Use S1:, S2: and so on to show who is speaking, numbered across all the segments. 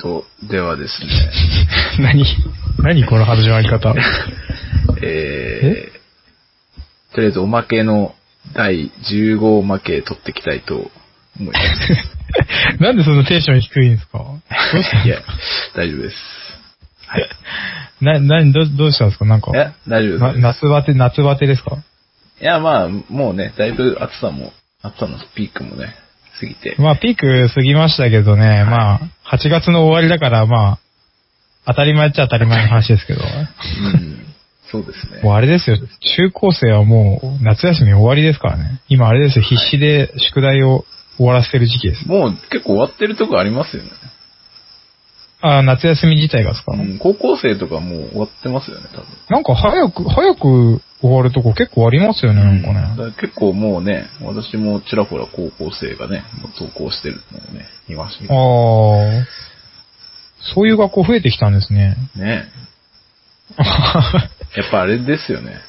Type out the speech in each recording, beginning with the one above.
S1: と、ではですね、
S2: 何何この始まり方。
S1: えー、とりあえずおまけの第10号おまけ取っていきたいと思います。
S2: なんでそのテンション低いんですか
S1: いや、大丈夫です。はい。
S2: な、などう、どうしたんですかなんか。
S1: いや、大丈夫
S2: な
S1: です。
S2: 夏バテ、夏バテですか
S1: いや、まあ、もうね、だいぶ暑さも、暑さのピークもね、過ぎて。
S2: まあ、ピーク過ぎましたけどね、まあ、8月の終わりだから、まあ、当たり前っちゃ当たり前の話で すけど、
S1: うん。そうですね。
S2: もうあれですよ、中高生はもう夏休み終わりですからね。今あれですよ、必死で宿題を終わらせてる時期です。
S1: もう結構終わってるとこありますよね。
S2: ああ、夏休み自体がですか、
S1: うん、高校生とかもう終わってますよね、多分。
S2: なんか早く、早く終わるとこ結構ありますよね、なんか
S1: だか
S2: ね。
S1: ら結構もうね、私もちらほら高校生がね、もう登校してるのをね、見ましたけど
S2: ああ、そういう学校増えてきたんですね。
S1: ね。やっぱあれですよね。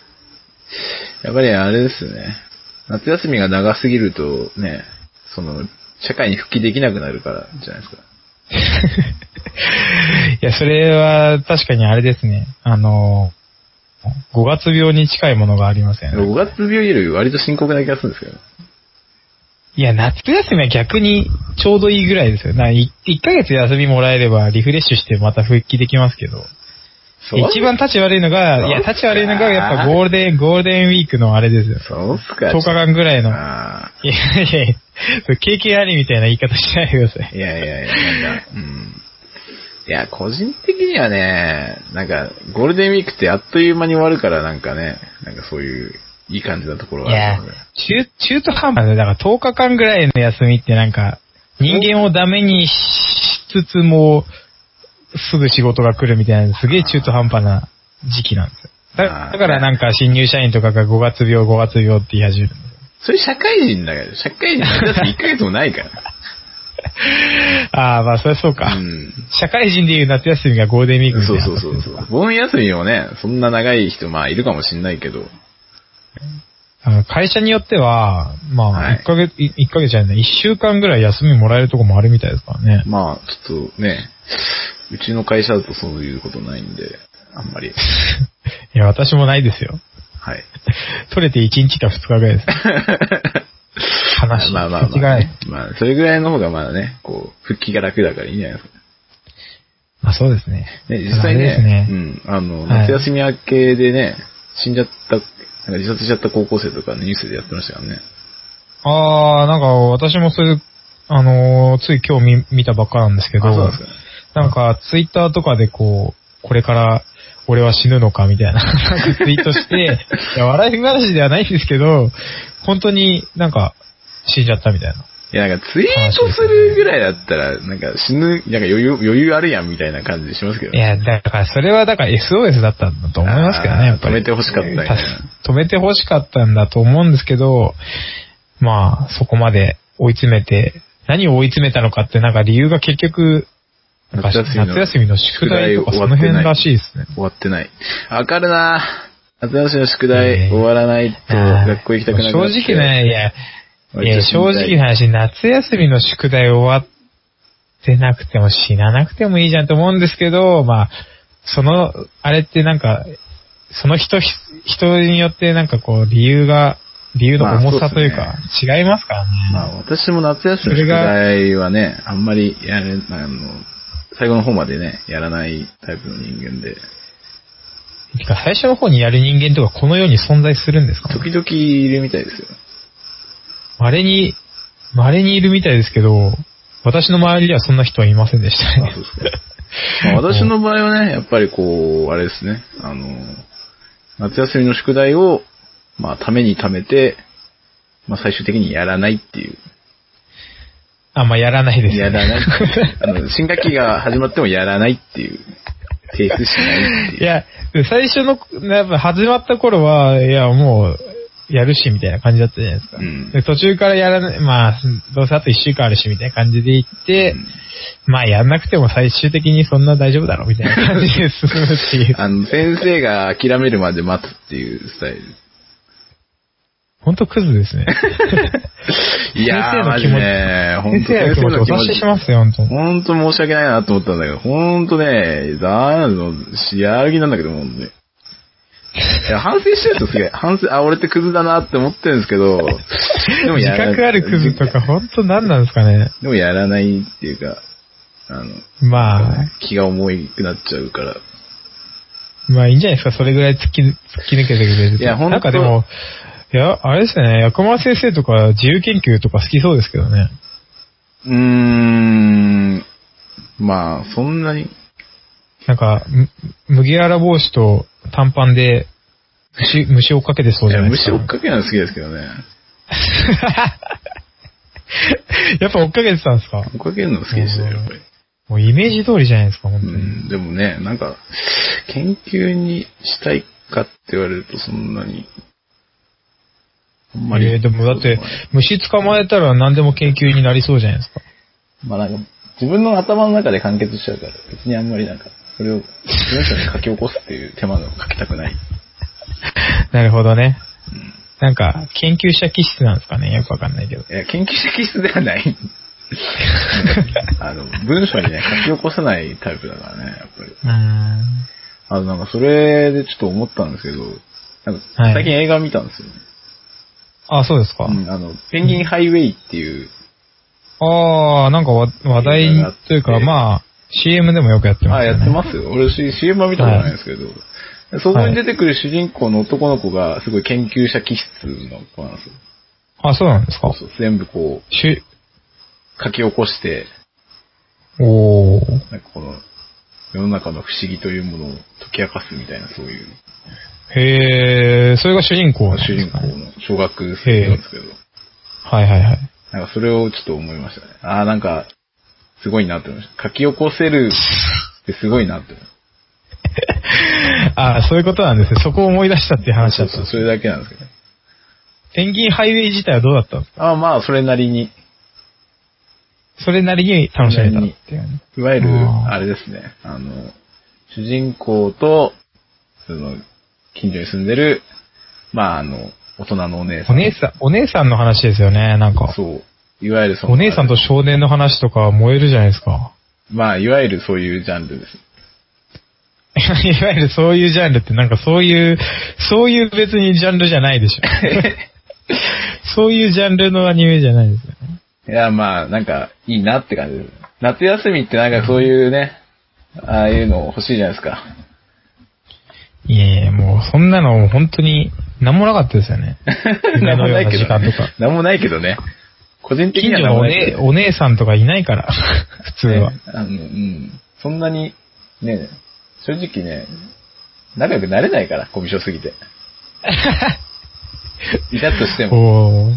S1: やっぱりあれですよね。夏休みが長すぎるとね、その、社会に復帰できなくなるからじゃないですか。
S2: いや、それは確かにあれですね。あの、5月病に近いものがありますよね。
S1: 5月病より割と深刻な気がするんですけどね。
S2: いや、夏休みは逆にちょうどいいぐらいですよ。な 1, ヶ月休みもらえればリフレッシュしてまた復帰できますけど。
S1: そう
S2: 一番立ち悪いのが、い
S1: そうっ
S2: や、
S1: すか
S2: 立ち悪いのがやっぱゴールデン、ゴールデンウィークのあれですよ。
S1: そうっすか。
S2: 10日間ぐらいの。い
S1: あ
S2: やいやいや、それ経験ありみたいな言い方しないでくださ
S1: ー
S2: い。
S1: いやいやいや、なんか、うん。いや、個人的にはね、なんか、ゴールデンウィークってあっという間に終わるから、なんかね、なんかそういう、いい感じなところ
S2: い
S1: があ
S2: や
S1: るので。、
S2: 中、中途半端で、だから10日間ぐらいの休みってなんか、人間をダメにしつつも、すぐ仕事が来るみたいな、すげえ中途半端な時期なんですよ。だ
S1: あー
S2: だからなんか新入社員とかが5月病、5月病って言い始めるんです よ。
S1: それ社会人だから、社会人だって1ヶ月もないから。
S2: ああ、まあそりゃそうか。
S1: うん。
S2: 社会人でいう夏休みがゴールデンウィークみた
S1: そ
S2: いうな。
S1: そうそうそう。盆休みもね、そんな長い人、まあいるかもしんないけど。
S2: あの会社によっては、ま
S1: は
S2: あ、
S1: い
S2: 1ヶ月、一ヶ月じゃないね、1週間ぐらい休みもらえるとこもあるみたいですからね。
S1: まあ、ちょっとね、うちの会社だとそういうことないんで、あんまり。
S2: いや、私もないですよ。
S1: はい。
S2: 取れて1日か2日ぐ らいです。話
S1: まあまあまあ、
S2: 違い
S1: ね。まあ、それぐらいの方がまだね、こう、復帰が楽だからいいんじゃないですか。
S2: まあそうですね。
S1: ね、実際
S2: あれです
S1: ね、
S2: ね
S1: うん、あの、
S2: はい
S1: 夏休み明けでね、死んじゃった、なんか自殺しちゃった高校生とかのニュースでやってましたからね。
S2: ああ、なんか私もそれ、あのーつい今日見見たばっかなんですけど、
S1: あ、そうなんですかね。
S2: なんかツイッターとかでこう、これから俺は死ぬのかみたいな なんかツイートして、 いや、笑い話ではないんですけど、本当になんか死んじゃったみたいな。
S1: いや、なんかツイートするぐらいだったら、なんか死ぬ、なんか余裕、余裕あるやんみたいな感じしますけど
S2: いや、だからそれはだから SOS だったんだと思いますけどね、やっぱり。
S1: あー止めて欲しかったよね
S2: た止めて欲しかったんだと思うんですけど、まあ、そこまで追い詰めて、何を追い詰めたのかってなんか理由が結局、なんか
S1: 夏休みの
S2: 夏休みの宿題とかその辺らしいですね。
S1: 終わってない。わかるな夏休みの宿題終わらないと学校行きたくなくなっ
S2: 正
S1: て
S2: 直ね、いや、いや
S1: 割と
S2: 正直な話、夏休みの宿題終わってなくても死ななくてもいいじゃんと思うんですけど、まあ、その、あれってなんか、その人ひ、人によってなんかこう、理由が、理由の重さという
S1: まあ
S2: か、違いますからね。
S1: まあ私も夏休みの
S2: それ
S1: 宿
S2: が
S1: 題はね、あんまりやれ、あの、最後の方までね、やらないタイプの人間で、
S2: てか最初の方にやる人間とかこの世に存在するんですか
S1: 時々いるみたいですよ。
S2: 稀に、稀にいるみたいですけど、私の周りではそんな人はいませんでした
S1: あ
S2: ね
S1: そう。ですかまあ私の場合はね、やっぱりこう、あれですね、あの、夏休みの宿題を、まあ、ためにためて、まあ、最終的にやらないっていう。
S2: あんまあやらないです、ね。
S1: やら ない。あの、新学期が始まってもやらないっていう。提出しないって
S2: い
S1: いう。
S2: や、最初の、やっぱ始まった頃は、いや、もう、やるし、みたいな感じだったじゃないですか。
S1: うん
S2: で途中からやらない、まあ、どうせあと一週間あるし、みたいな感じで行って、
S1: うん
S2: まあ、やんなくても最終的にそんな大丈夫だろ、みたいな感じ で進むっていう。
S1: あの、先生が諦めるまで待つっていうスタイル。
S2: ほんとクズですね。
S1: いや
S2: 先生
S1: ー、
S2: の
S1: マジ
S2: 気持ち
S1: ね、ほん
S2: 先
S1: と
S2: 生の気持ちお察ししますよ、ほんとに。
S1: ほんと申し訳ないなと思ったんだけど、ほんとね、だーの、やる気なんだけど、もうね。いや、反省してるんですよ、すげえ。反省、あ、俺ってクズだなって思ってるんですけ ど、でも
S2: 自
S1: やら
S2: 覚あるクズとかほんと何なんですかね。
S1: でもやらないっていうか、あの、
S2: まあ、
S1: 気が重いくなっちゃうから。
S2: まあいいんじゃないですか、それぐらい突き、突き抜けてくれると。
S1: いやほんと
S2: なんかでも、いや、あれですね、薬丸先生とか自由研究とか好きそうですけどね。
S1: うーん、まあ、そんなに、
S2: なんか、む麦わら帽子と短パンで、虫、 虫を追っかけてそう
S1: い
S2: じ
S1: や、
S2: ゃないです
S1: 虫
S2: か。
S1: 追っかけるの好きですけどね。
S2: やっぱ追っかけてたんですか
S1: 追っかけるの好きでしたよ、やっぱり。
S2: もうイメージ通りじゃないですか、本
S1: う
S2: 当に。
S1: ん、でもね、なんか、研究にしたいかって言われるとそんなに、あんまり。
S2: えーでもだっ
S1: そうで
S2: て
S1: もない、
S2: 虫捕まえたら何でも研究になりそうじゃない ですか。
S1: まあなんか、自分の頭の中で完結しちゃうから、別にあんまりなんか、それを、自分たちに書き起こすっていう手間の書きたくない。
S2: なるほどね。なんか、研究者気質なんですかねよくわかんないけど。
S1: いや、研究者気質ではない。 あの、文章にね、書き起こせないタイプだからね、やっぱり。
S2: うーん。
S1: あの、なんかそれでちょっと思ったんですけど、なんか
S2: はい
S1: 最近映画見たんですよね。
S2: あ、そうですか。
S1: うんあの、ペンギンハイウェイっていう、
S2: ああ、なんかわ話題と
S1: い
S2: いう
S1: いかなっ
S2: か、
S1: て
S2: まあ、CM でもよくやってま
S1: あ、
S2: す
S1: や
S2: よ
S1: っ
S2: ね。
S1: てますよ。俺、C- CM は見たことないんですけど、そこに出てくる主人公の男の子が、すごい研究者気質の子なんですよ。
S2: あ、そうなんですか。
S1: そうそう全部こう、
S2: し
S1: 書き起こして、
S2: おー。
S1: なんかこの、世の中の不思議というものを解き明かすみたいな、そういう、
S2: へえ、それが主人公なんです
S1: 主人
S2: かね
S1: 公の小学生なんですけど、
S2: はいはい はい。
S1: なんかそれをちょっと思いましたね。ああ、なんか、すごいなって思いました。書き起こせるってすごいなって思いました
S2: あそういうことなんですね。そこを思い出したっていう話だった
S1: そ。うそれだけなんですけどね。
S2: ペンギンハイウェイ自体はどうだったんです
S1: ああ、まあ、それなりに、
S2: かそれなりに楽しめたっていう。
S1: いわゆる、
S2: あー
S1: あれですね、あの、主人公と、その、近所に住んでる、まあ、あの、大人のお姉さ
S2: お
S1: ん。
S2: 姉さん、お姉さんの話ですよね、なんか。
S1: そう。いわゆるその、
S2: お姉さんと少年の話とか燃えるじゃないですか。
S1: まあ、いわゆるそういうジャンル です。
S2: いわゆるそういうジャンルってなんかそういう、そういう別にジャンルじゃな いでしょ。そういうジャンルのアニメじゃないですよ
S1: い
S2: ね。
S1: や、まあ、なんか、いいなって感じです。夏休みってなんかそういうね、ああいうの欲しいじゃないですか。。
S2: いやいや、もうそんなの本当に何もなかったですよね
S1: な
S2: 夢
S1: んも
S2: のよ
S1: な
S2: う
S1: い
S2: な
S1: け
S2: 時
S1: ど
S2: 間と
S1: ね
S2: か。。
S1: なんもないけどね。個人的
S2: 近
S1: にはなんも
S2: 所のお,、
S1: ないけ
S2: ね
S1: ど、
S2: お姉さんとかいない から、普通は。
S1: ねあの、うん。そんなに、ね、正直ね、仲良くなれないから、コミュ障すぎて。 いたとしても、
S2: おー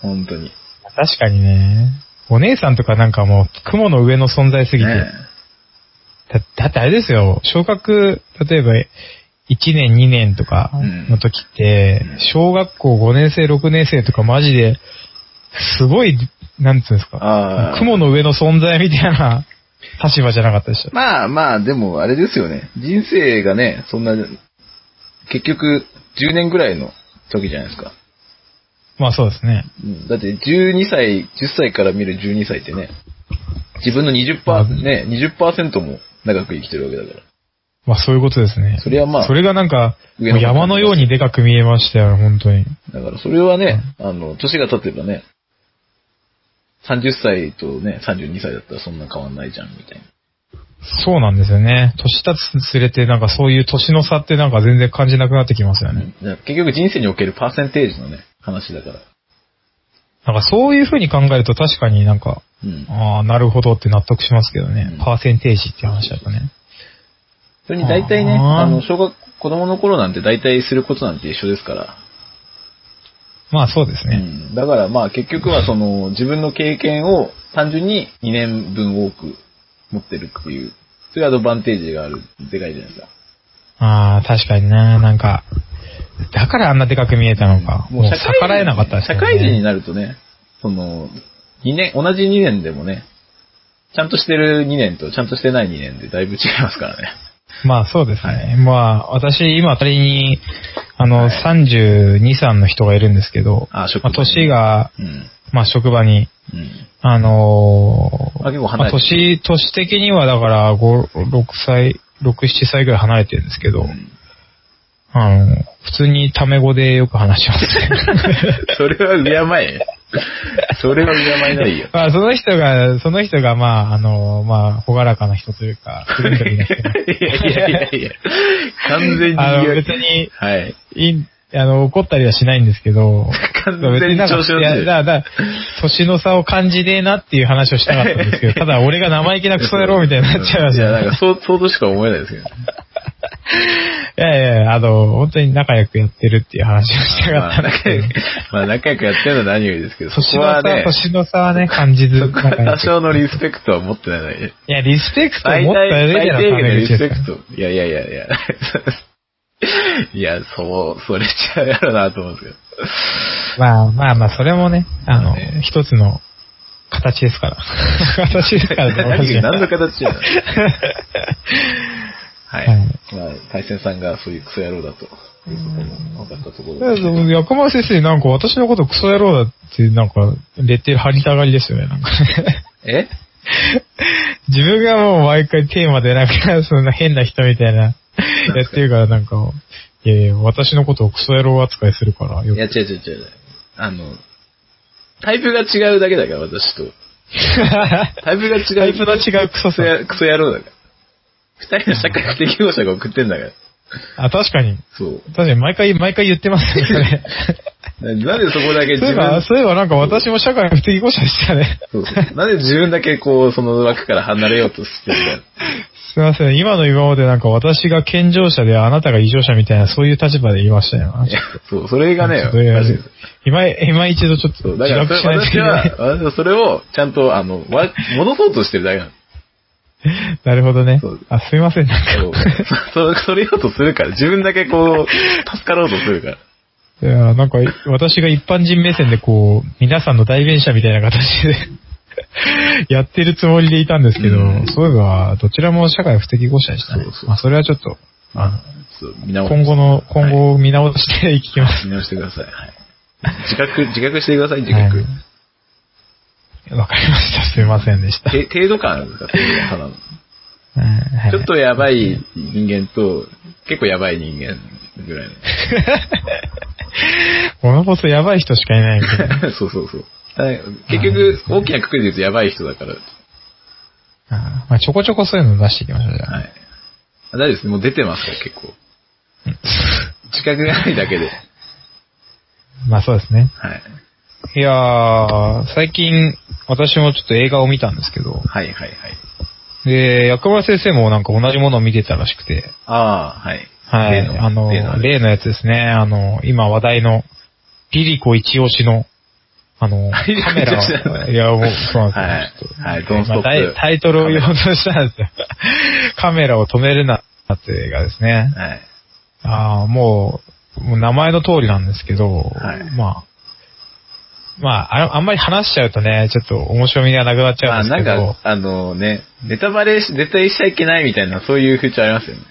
S1: 本当に。ね
S2: 確かにね。お姉さんとかなんかもう雲の上の存在すぎて。だだってあれですよ、小学、例えば、1年、2年とかの時って、
S1: うん
S2: 小学校5年生、6年生とかマジで、すごい、なんつうんですか、
S1: ああ。
S2: 雲の上の存在みたいな立場じゃなかったでしょ。
S1: まあまあ、でもあれですよね。人生がね、そんな、結局、10年ぐらいの時じゃないですか。
S2: まあそうですね。
S1: うんだって12歳、10歳から見る12歳ってね、自分の
S2: まあ
S1: 20%、ね、20%も長く生きてるわけだから。
S2: まあそういうことですね。
S1: それはまあ
S2: それがなんか、も
S1: 上の
S2: う
S1: 方
S2: 山のようにでかく見えましたよ、本当に。
S1: だからそれはね、あの、年が経てばね、30歳とね、32歳だったらそんな変わんないじゃん、みたいな。
S2: そうなんですよね。年経つにつれて、なんかそういう年の差ってなんか全然感じなくなってきますよね。
S1: だから結局人生におけるパーセンテージのね、話だから。
S2: なんかそういう風に考えると確かになんか、
S1: うん。
S2: ああ、なるほどって納得しますけどね。
S1: うん
S2: パーセンテージって話だとね。
S1: それに大体ね、
S2: あー
S1: あの、小学、子供の頃なんて大体することなんて一緒ですから。
S2: まあそうです
S1: う
S2: ね。
S1: ん。だからまあ結局はその、自分の経験を単純に2年分多く持ってるっていう、そういうアドバンテージがある、でかいじゃないですか。
S2: ああ、確かにな、なんか、だからあんなでかく見えたのか。もう逆らえなかったです
S1: 社
S2: ね。
S1: 会人になるとね、その、二年、同じ2年でもね、ちゃんとしてる2年とちゃんとしてない2年でだいぶ違いますからね。
S2: まあそうですね。まあ私、今あたりに、あの、
S1: はい
S2: 32、3の人がいるんですけど、
S1: あ、職
S2: まあ、
S1: 場。
S2: 年。が、
S1: うん。
S2: まあ、職場に、
S1: うん。
S2: あのー
S1: あ結構離
S2: ま
S1: れ
S2: あ
S1: てる
S2: 年、年的にはだから、5、6歳、6、7歳ぐらい離れてるんですけど、
S1: うん
S2: あの、普通にタメ語でよく話し ますね。
S1: それは敬え。それは敬えないよ。
S2: まあ、その人が、その人が、まあ、あの、まあ、ほがらかな人というか、すごい人なんですけど
S1: いやいやいやいや。完全に
S2: あの、
S1: 言い
S2: 別
S1: 訳。
S2: に、
S1: はい。
S2: いい、あの、怒ったりはしないんですけど、
S1: 完
S2: 別
S1: 全に
S2: なんか
S1: 調子乗って
S2: いや、
S1: る。
S2: だだ年の差を感じねえなっていう話をしたかったんで すけど、ただ俺が生意気なクソ野郎みたいになっちゃいま
S1: い
S2: した
S1: や、なん
S2: ね。
S1: かそう、そうとしか思えないですけど。
S2: いやいやいや、あの、本当に仲良くやってるっていう話をしたか
S1: ま
S2: った
S1: あ、
S2: んで
S1: 仲
S2: すけ
S1: 良
S2: ど
S1: く、まあ、仲良くやってるのは何よりですけど、そ
S2: 年
S1: こ
S2: の差、
S1: はね、
S2: 年の差はね、感じず、
S1: そこは
S2: 仲良
S1: 多
S2: く
S1: 少のリスペクトは持ってないのに。
S2: いや、リスペクトを
S1: 最
S2: 持った
S1: 大、
S2: 上
S1: 最
S2: での
S1: 低限のリスペ
S2: タメ口ですから
S1: クト。いやいやいやい や。いや、そう、それちゃうやろなと思うんですけど。
S2: まあまあまあ、それもね、あ
S1: ま
S2: の
S1: あね、
S2: 一つの形ですから。 形ですからね、私
S1: 何何の形 なのはい。
S2: はい
S1: まあ、対戦さんがそういうクソ野郎だと、いうことも分かったところで。
S2: 薬丸先生、なんか私のことクソ野郎だって、なんか、レッテル張りたがりですよね、なんかね。
S1: え
S2: 自分がもう毎回テーマでなんか、そんな変な人みた いな、
S1: か
S2: やってるから、なんか、いやいや、私のことをクソ野郎扱いするから、よ
S1: いや、違う違う違う。あの、タイプが違うだけだから、私と。タイプが違う。
S2: タイプの違うクソ
S1: クソ
S2: さ。
S1: やクソ野郎だから。二人の社会不適合者が送ってんだから。
S2: あ、確かに。
S1: そう。
S2: 確かに、毎回、毎回言ってますね、それ。
S1: ななんでそこだけ
S2: そ
S1: 自
S2: ういえば、
S1: 分、
S2: そういえばなんか私も社会不適合者でしたね。
S1: そうそうなんで自分だけこう、その枠から離れようとしてる んだよ。
S2: すいません、今の今までなんか私が健常者であなたが異常者みたいなそういう立場で言いましたよ。
S1: いやそう、それがね
S2: ちょっとい、や
S1: マジで
S2: 今、今一度ちょっと
S1: そう、
S2: 自
S1: だからそ
S2: 覚
S1: れ
S2: しない
S1: 私
S2: といけ
S1: は
S2: な、
S1: 私はそれをちゃんと、あの、わ戻そうとしてるだけなの。
S2: い。 なるほどね
S1: そう。
S2: あ、すいません、
S1: そ
S2: な
S1: うん
S2: か。
S1: そそれようとするから、自分だけこう、助かろうとするから。
S2: いや、なんか私が一般人目線でこう、皆さんの代弁者みたいな形で やってるつもりでいたんですけど、
S1: うん
S2: そういえば、どちらも社会不適合者でしたね。
S1: そうそう
S2: まあ、それはちょっと、あ
S1: そう、見直し
S2: の
S1: て
S2: 今後の、今後見直していきます。
S1: 見直してください。はい。自覚、自覚してください、自覚。
S2: はいわかりました。すいませんでした。
S1: て程度感あるんですか程度感ただの
S2: はい
S1: ちょっとやばい人間と、結構やばい人間ぐらい
S2: 俺こそやばい人しかいな いけど。
S1: の。そうそうそう。はい結局、大きな括りで言うとやばい人だから。は
S2: あーまあ、ちょこちょこそういうの出していきましょう、じゃあ。
S1: い。あ大丈夫です。もう出てますから、結構。自覚がないだけで。
S2: まあ、そうですね。
S1: はい。
S2: いやー、最近、私もちょっと映画を見たんですけど、
S1: はいはいはい。
S2: で、薬丸先生もなんか同じものを見てたらしくて、
S1: ああ、はい。
S2: はい。
S1: 例の
S2: あの、
S1: 例のあれ
S2: 例のやつですね。あの、今話題の、リリコ一押しの、あの、カ
S1: リリコ
S2: メ
S1: 一押しなん
S2: ラ
S1: だ
S2: を、いや、もう、そうなんですよ。
S1: はいはい
S2: ちょっと
S1: ドンストップ
S2: まあタイタイトルを言おうとした んですよ。カメラを止めるな、っていう映画ですね。
S1: はい。
S2: ああ、もう、もう名前の通りなんですけど、
S1: はい
S2: まあ、まあ、あらあんまり話しちゃうとね、ちょっと面白みがなくなっち
S1: ま
S2: ゃう
S1: あ
S2: んです
S1: な
S2: け
S1: ん
S2: ど、
S1: か、あのね、ネタバレし、絶対しちゃいけないみたいな、そういう風潮ありますよね。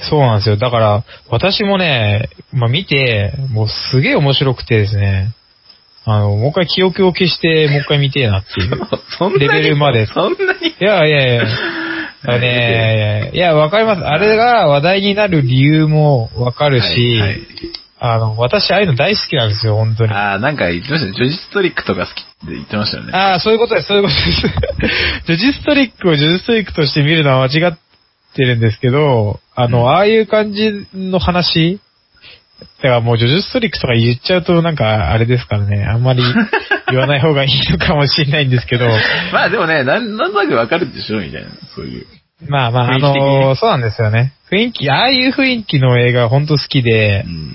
S2: そうなんですよ。だから、私もね、まあ、見て、もうすげえ面白くてですね、あの、もう一回記憶を消して、もう一回見てえなっていう。
S1: そんなに
S2: レベルまで
S1: そんなに
S2: いやいやいや。あのね、いや、わかります。あれが話題になる理由もわかるし、
S1: はいはい
S2: あの、私、ああいうの大好きなんですよ、本当に。
S1: あ
S2: あ
S1: あ、なんか言ってましたね。ジョジストリックとか好きって言ってましたよね。
S2: あー、そういうことです、そういうこと です。ジョジストリックをジョジストリックとして見るのは間違ってるんですけど、あの、ああいう感じの話、だからもうジョジストリックとか言っちゃうとなんかあれですからね、あんまり言わない方がいいのかもしれないんです けど、
S1: まあでもね、なん、なんとなくわかるでしょみたいな、そういう。
S2: まあまあ、
S1: 雰
S2: あ
S1: 囲気的にね
S2: の、そうなんですよね。雰囲気、ああいう雰囲気の映画本当好きで、
S1: うん。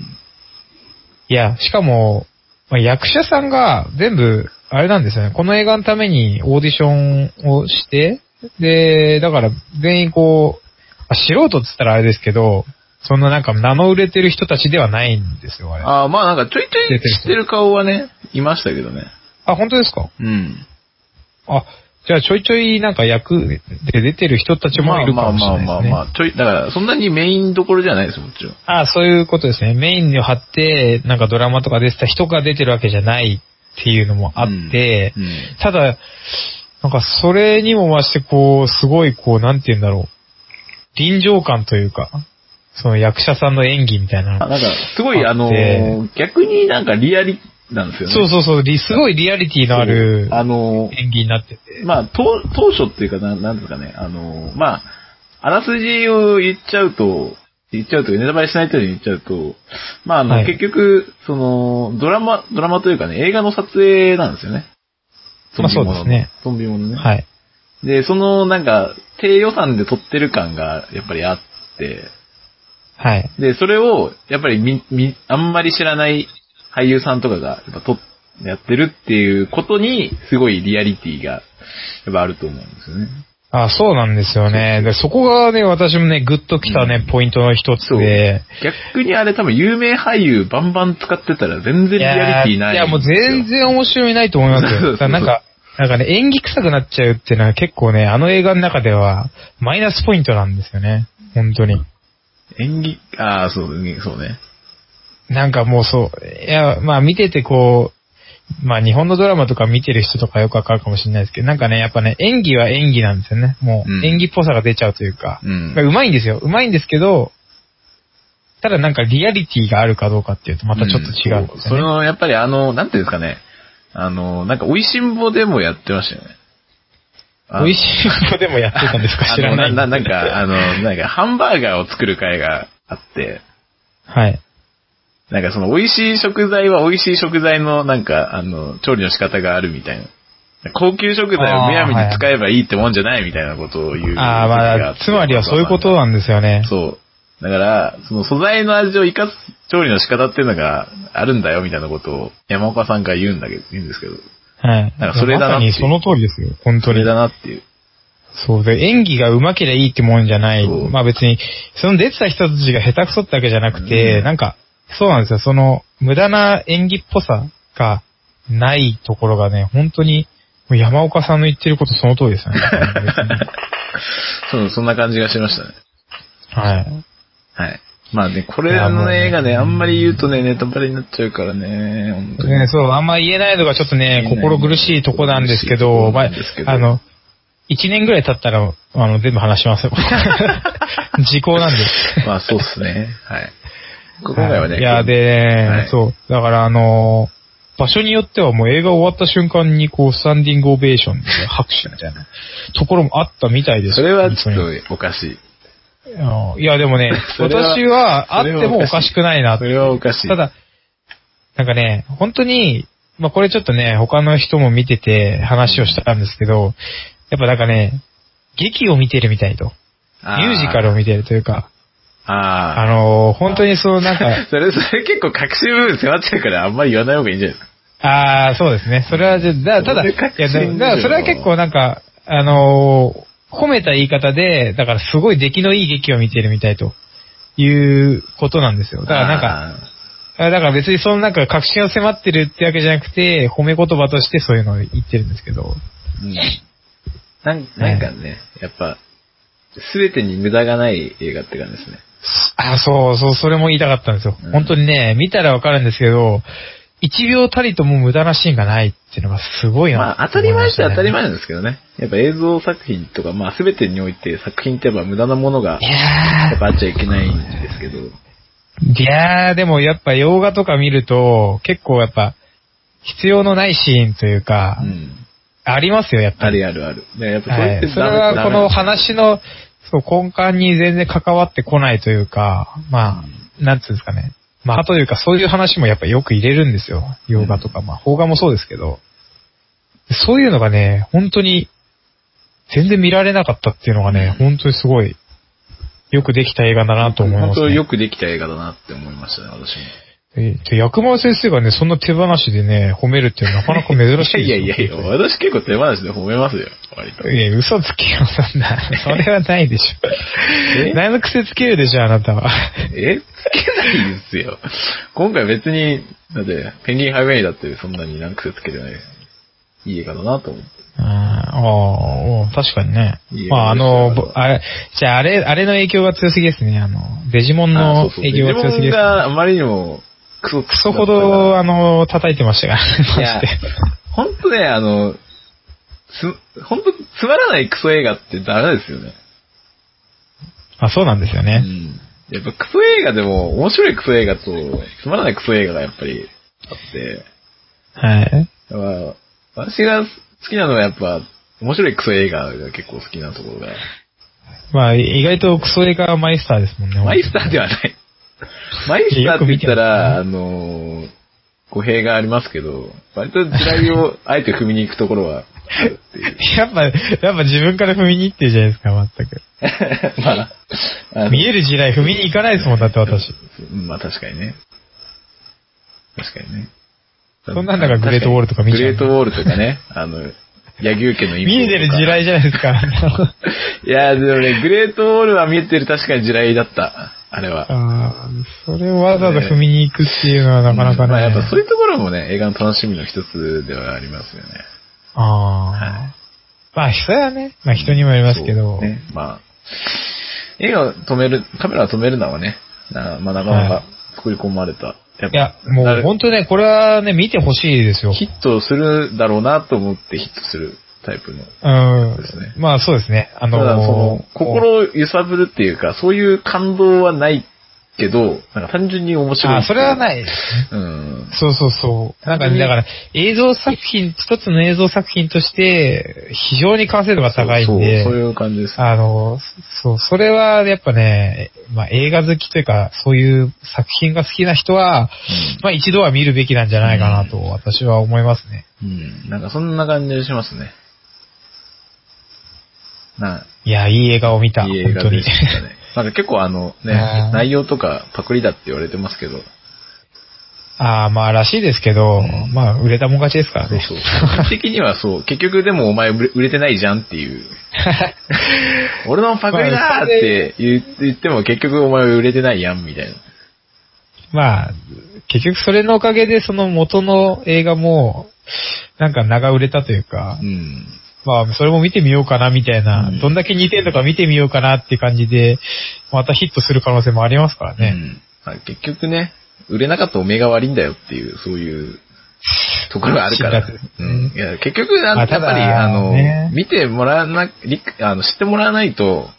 S2: いや、しかも、まあ、役者さんが全部、あれなんですよね。この映画のためにオーディションをして、で、だから全員こう、あ素人って言ったらあれですけど、そんななんか名の売れてる人たちではないんですよ、あれ。あ、
S1: ああ、まあなんかちょいちょい知ってる顔はね、いましたけどね。
S2: 本当ですか
S1: うん。
S2: あ、じゃあちょいちょいなんか役で出てる人たちもいる
S1: ま
S2: か
S1: あ
S2: もし
S1: まあ
S2: れ
S1: ま
S2: な
S1: あ
S2: いです
S1: ま
S2: ね。
S1: あ、ちょい、だから、そんなにメインどころじゃないです、もちろん。
S2: ああ、そういうことですね。メインに張って、なんかドラマとか出てた人が出てるわけじゃないっていうのもあって、
S1: うん
S2: ただ、なんかそれにも増してこう、すごいこう、なんて言うんだろう。臨場感というか、その役者さんの演技みたいなの
S1: あなんか、すごい、
S2: あ
S1: あの
S2: って、
S1: 逆になんかリアリなんですよね。
S2: そうそうそう、リすごいリアリティのある
S1: そうあの、
S2: 演技になってて。
S1: まあ、当当初っていうかな、なんですかね、あの、まあ、あらすじを言っちゃうと、言っちゃうというか、ネタバレしないというに言っちゃうと、まあ、あの、
S2: はい
S1: 結局、その、ドラマ、ドラマというかね、映画の撮影なんですよね。
S2: まあそうですね
S1: ゾンビものの。ゾンビものね。
S2: はい。
S1: で、その、なんか、低予算で撮ってる感が、やっぱりあって、
S2: はい。
S1: で、それを、やっぱりみ、み、あんまり知らない俳優さんとかが、やっぱと、やってるっていうことに、すごいリアリティが、やっぱあると思うんですよね。
S2: あそうなんですよね。で、そこがね、私もね、ぐっときたね、ポイントの一つで。
S1: 逆にあれ多分有名俳優バンバン使ってたら全然リアリティない
S2: やーいや、もう全然面白みないと思いま
S1: そ
S2: す
S1: うそうそ
S2: よ。
S1: う
S2: だからなんか、なんかね、演技臭くなっちゃうっていうのは結構ね、あの映画の中では、マイナスポイントなんですよね。本当に。
S1: 演技、ああ、そう、演技そうね。
S2: なんかもうそう、いや、まあ見ててこう、まあ日本のドラマとか見てる人とかよくわかるかもしれないですけど、なんかね、やっぱね、演技は演技なんですよね。も
S1: うん
S2: う、演技っぽさが出ちゃうというか。
S1: うん。
S2: うまいんですよ。うまいんですけど、ただなんかリアリティがあるかどうかっていうとまたちょっと違うん
S1: そ
S2: で
S1: う
S2: す
S1: そ
S2: よ
S1: れ
S2: ね。
S1: の、やっぱりあの、なんていうんですかね。あの、なんか、美味しんぼでもやってましたよね。あの
S2: 美味しいことでもやってたんですか知らない
S1: あのな。なんか、あの、なんか、ハンバーガーを作る会があって、
S2: はい。
S1: なんかその、美味しい食材は美味しい食材の、なんか、あの、調理の仕方があるみたいな。高級食材をむやみに使えばいいってもんじゃないみたいなことを言う。
S2: ああ、まあ、つまりはそういうことなんですよね。
S1: そう。だから、その素材の味を生かす調理の仕方っていうのがあるんだよみたいなことを山岡さんが言うんだけど、言うんですけど、
S2: はい。
S1: なんかそれだな
S2: まさ
S1: っていう
S2: にその通りですよ。本
S1: そ
S2: 当
S1: れ
S2: に。
S1: だなっていう。
S2: そうで、演技が上手ければいいってもんじゃない。
S1: そう
S2: まあ別に、その出てた人たちが下手くそってわけじゃなくて、
S1: うん
S2: なんか、そうなんですよ。その、無駄な演技っぽさがないところがね、本当に、もう山岡さんの言ってることその通りで すよね。別に
S1: そう、そんな感じがしましたね。
S2: はい。
S1: はい。まあね、こ
S2: い
S1: れ
S2: やもう
S1: の
S2: ね
S1: 映画ね、あんまり言うとね、ネタバレになっちゃうからね、本当に。
S2: ね、そう、あんま言えないのがちょっと
S1: 言え
S2: ね、
S1: ない
S2: 心苦しいとこなんです
S1: 心苦し
S2: けど、
S1: いとこ
S2: ま
S1: なん
S2: あ
S1: ですけど、
S2: あの、一年ぐらい経ったら、あの、全部話します よ。時効なんです。
S1: まあそうっすね。はい。今回はね、
S2: いや、で、
S1: はい
S2: そう。だから、あのー場所によってはもう映画終わった瞬間に、こう、スタンディングオベーションで拍手みたいなところもあったみたいです。
S1: それはち
S2: 本当に
S1: ょっとおかしい。、
S2: あーいや、でもね
S1: それは
S2: 私はあってもおかしくないな
S1: それはおかしい。
S2: ただ、なんかね、本当に、まあこれちょっとね、他の人も見てて話をしたんですけど、やっぱなんかね、劇を見てるみたいと。
S1: あー、
S2: ミュージカルを見てるというか、あ
S1: ああ。
S2: のー本当にそうなんか、
S1: それ、それ結構隠し部分迫っちゃうから、あんまり言わない方がいいんじゃないですか。
S2: ああ、そうですね。それはじゃ、だただ、
S1: そ
S2: い
S1: れ
S2: や
S1: 確信
S2: だ
S1: ですよ
S2: だからそれは結構なんか、あのー褒めた言い方で、だからすごい出来のいい劇を見てるみたいということなんですよ。だからなんか、
S1: か、
S2: あだから別にそのなんか確信を迫ってるってわけじゃなくて、褒め言葉としてそういうのを言ってるんですけど。
S1: うんなんなんかね、やっぱ、すべてに無駄がない映画って感じですね。
S2: あ、そうそう、それも言いたかったんですよ。
S1: うん
S2: 本当にね、見たらわかるんですけど、一秒たりとも無駄なシーンがないっていうのがすごいな、
S1: まあ、当たり前っちゃ当たり前なんですけどね。やっぱ映像作品とか、まあ、すべてにおいて作品ってやっぱ無駄なものが、
S2: い
S1: や
S2: やー
S1: っぱあっちゃいけないんですけど。
S2: いやー、でもやっぱ洋画とか見ると、結構やっぱ、必要のないシーンというか、
S1: うん。
S2: ありますよ、やっぱ
S1: あ
S2: り。
S1: るあるある。ね、やっぱ
S2: は
S1: れって
S2: い、それはこの話のそう根幹に全然関わってこないというか、まあ、なんつうんですかね。まあ、というかそういう話もやっぱよく入れるんですよ。洋画とか、まあ、邦画もそうですけど。そういうのがね、本当に、全然見られなかったっていうのがね、本当にすごい、よくできた映画だなと思い
S1: 本
S2: ます、ね。
S1: 当よくできた映画だなって思いましたね、私も。
S2: えー、薬丸先生がね、そんな手放しでね、褒めるってなかなか珍しいですよ。
S1: いやいやいや、私結構手放しで褒めますよ、割と。
S2: いや、嘘つけよ、そん な。それはないでし
S1: え
S2: ょ。何の癖つけるでしょ、あな たは。
S1: えつけないですよ。今回別に、だって、ペンギンハイウェイだってそんなに何癖つけてない。いい映画だなと思って。
S2: うんああ、確かにね
S1: いい。よ
S2: まあ、あの、
S1: ですよ
S2: ぼあれ、じゃあ、あれ、あれの影響が強すぎですね。あの、デジモン
S1: あ
S2: の
S1: そうそうデ
S2: 影
S1: ジ
S2: 響が
S1: モ
S2: 強すぎ
S1: ン
S2: です、
S1: があまりにもクソ
S2: クソほど、あの、叩いてましたから、
S1: い
S2: マ
S1: や
S2: ジで。
S1: ほんとね、あの、つ、ほんとつまらないクソ映画ってダメですよね。
S2: まあ、そうなんですよ
S1: う
S2: ね。
S1: ん。やっぱクソ映画でも、面白いクソ映画と、つまらないクソ映画がやっぱりあって、
S2: はい。
S1: だから私が好きなのはやっぱ、面白いクソ映画が結構好きなところが、
S2: まあ、意外とクソ映画マイスターですもんね。
S1: マイスターでは ない。マイスターって言ったら、あ
S2: よ
S1: のー、語弊がありますけど、割と地雷をあえて踏みに行くところはあるっていう。
S2: やっぱ、やっぱ自分から踏みに行ってるじゃないですか、全く。
S1: まあ、あの
S2: 見える地雷踏みに行かないですもん、だって私。
S1: うんまあ確かにね。確かにね。
S2: そんなんだからグレートウォールとか見ちゃう
S1: グレートウォールとか ね。あの、柳生家の陰謀とか
S2: 見えてる地雷じゃないで すか。
S1: いや、でもね、グレートウォールは見えてる確かに地雷だった。あれは。
S2: あーそれをわざわざ踏みに行くっていうのはなかなかね。
S1: まあやっぱそういうところもね、映画の楽しみの一つではありますよね。
S2: ああ。まあ、人はね、まあ人にもよりますけ
S1: そ
S2: ど、
S1: うね、まあ、映画を止める、カメラを止めるのはね、なまあなかな
S2: は
S1: か作り込まれた。やっ
S2: いや
S1: ぱ、
S2: も
S1: な
S2: う
S1: る
S2: 本当ね、これはね、見てほしいですよ。
S1: ヒットするだろうなと思ってヒットするタイプの。
S2: うん
S1: そうですね。
S2: まあそうですね。あ
S1: た
S2: の
S1: だその、
S2: ー
S1: 心を揺さぶるっていうか、そういう感動はないけど、なんか単純に面白い。。
S2: あ、それはないい。
S1: うん。
S2: そうそうそう。なんか
S1: 逆に
S2: ね、だから、映像作品、一つの映像作品として、非常に完成度が高いんで、
S1: そうそういう感じです。
S2: あの、そう、それはやっぱね、まあ映画好きというか、そういう作品が好きな人は、まあ一度は見るべきなんじゃないかなと、私は思いますね。
S1: うん。なんかそんな感じがしますね。ない
S2: や、いい映画を見た、
S1: いい
S2: 本
S1: 映
S2: 当
S1: 画で
S2: に
S1: し。たね。なんか結構あのね
S2: あ、ー
S1: 内容とかパクリだって言われてますけど、
S2: ああ、まあらしいですけど、まあ売れたもん勝ちですから
S1: そう
S2: ね。
S1: そう。基本的にはそう、結局でもお前売れ売れてないじゃんっていう。 俺のパクリだーって言言っても結局お前売れてないやんみたいな。
S2: まあ、結局それのおかげでその元の映画も、なんか長売れたというか
S1: う、ん。
S2: まあそれも見てみようかなみたいな、
S1: うん
S2: どんだけ似てんのか見てみようかなって感じで、またヒットする可能性もありますから
S1: う
S2: ね。
S1: んあ結局ね、売れなかったおめが悪いんだよっていう、そういうところがあるから。
S2: 辛辣ですね
S1: うん。いや、結局、あ
S2: ま
S1: の
S2: あ
S1: や
S2: た
S1: っ
S2: だ
S1: ぱり、あの、
S2: ね
S1: 見てもらわな、理あの、知ってもらわないと、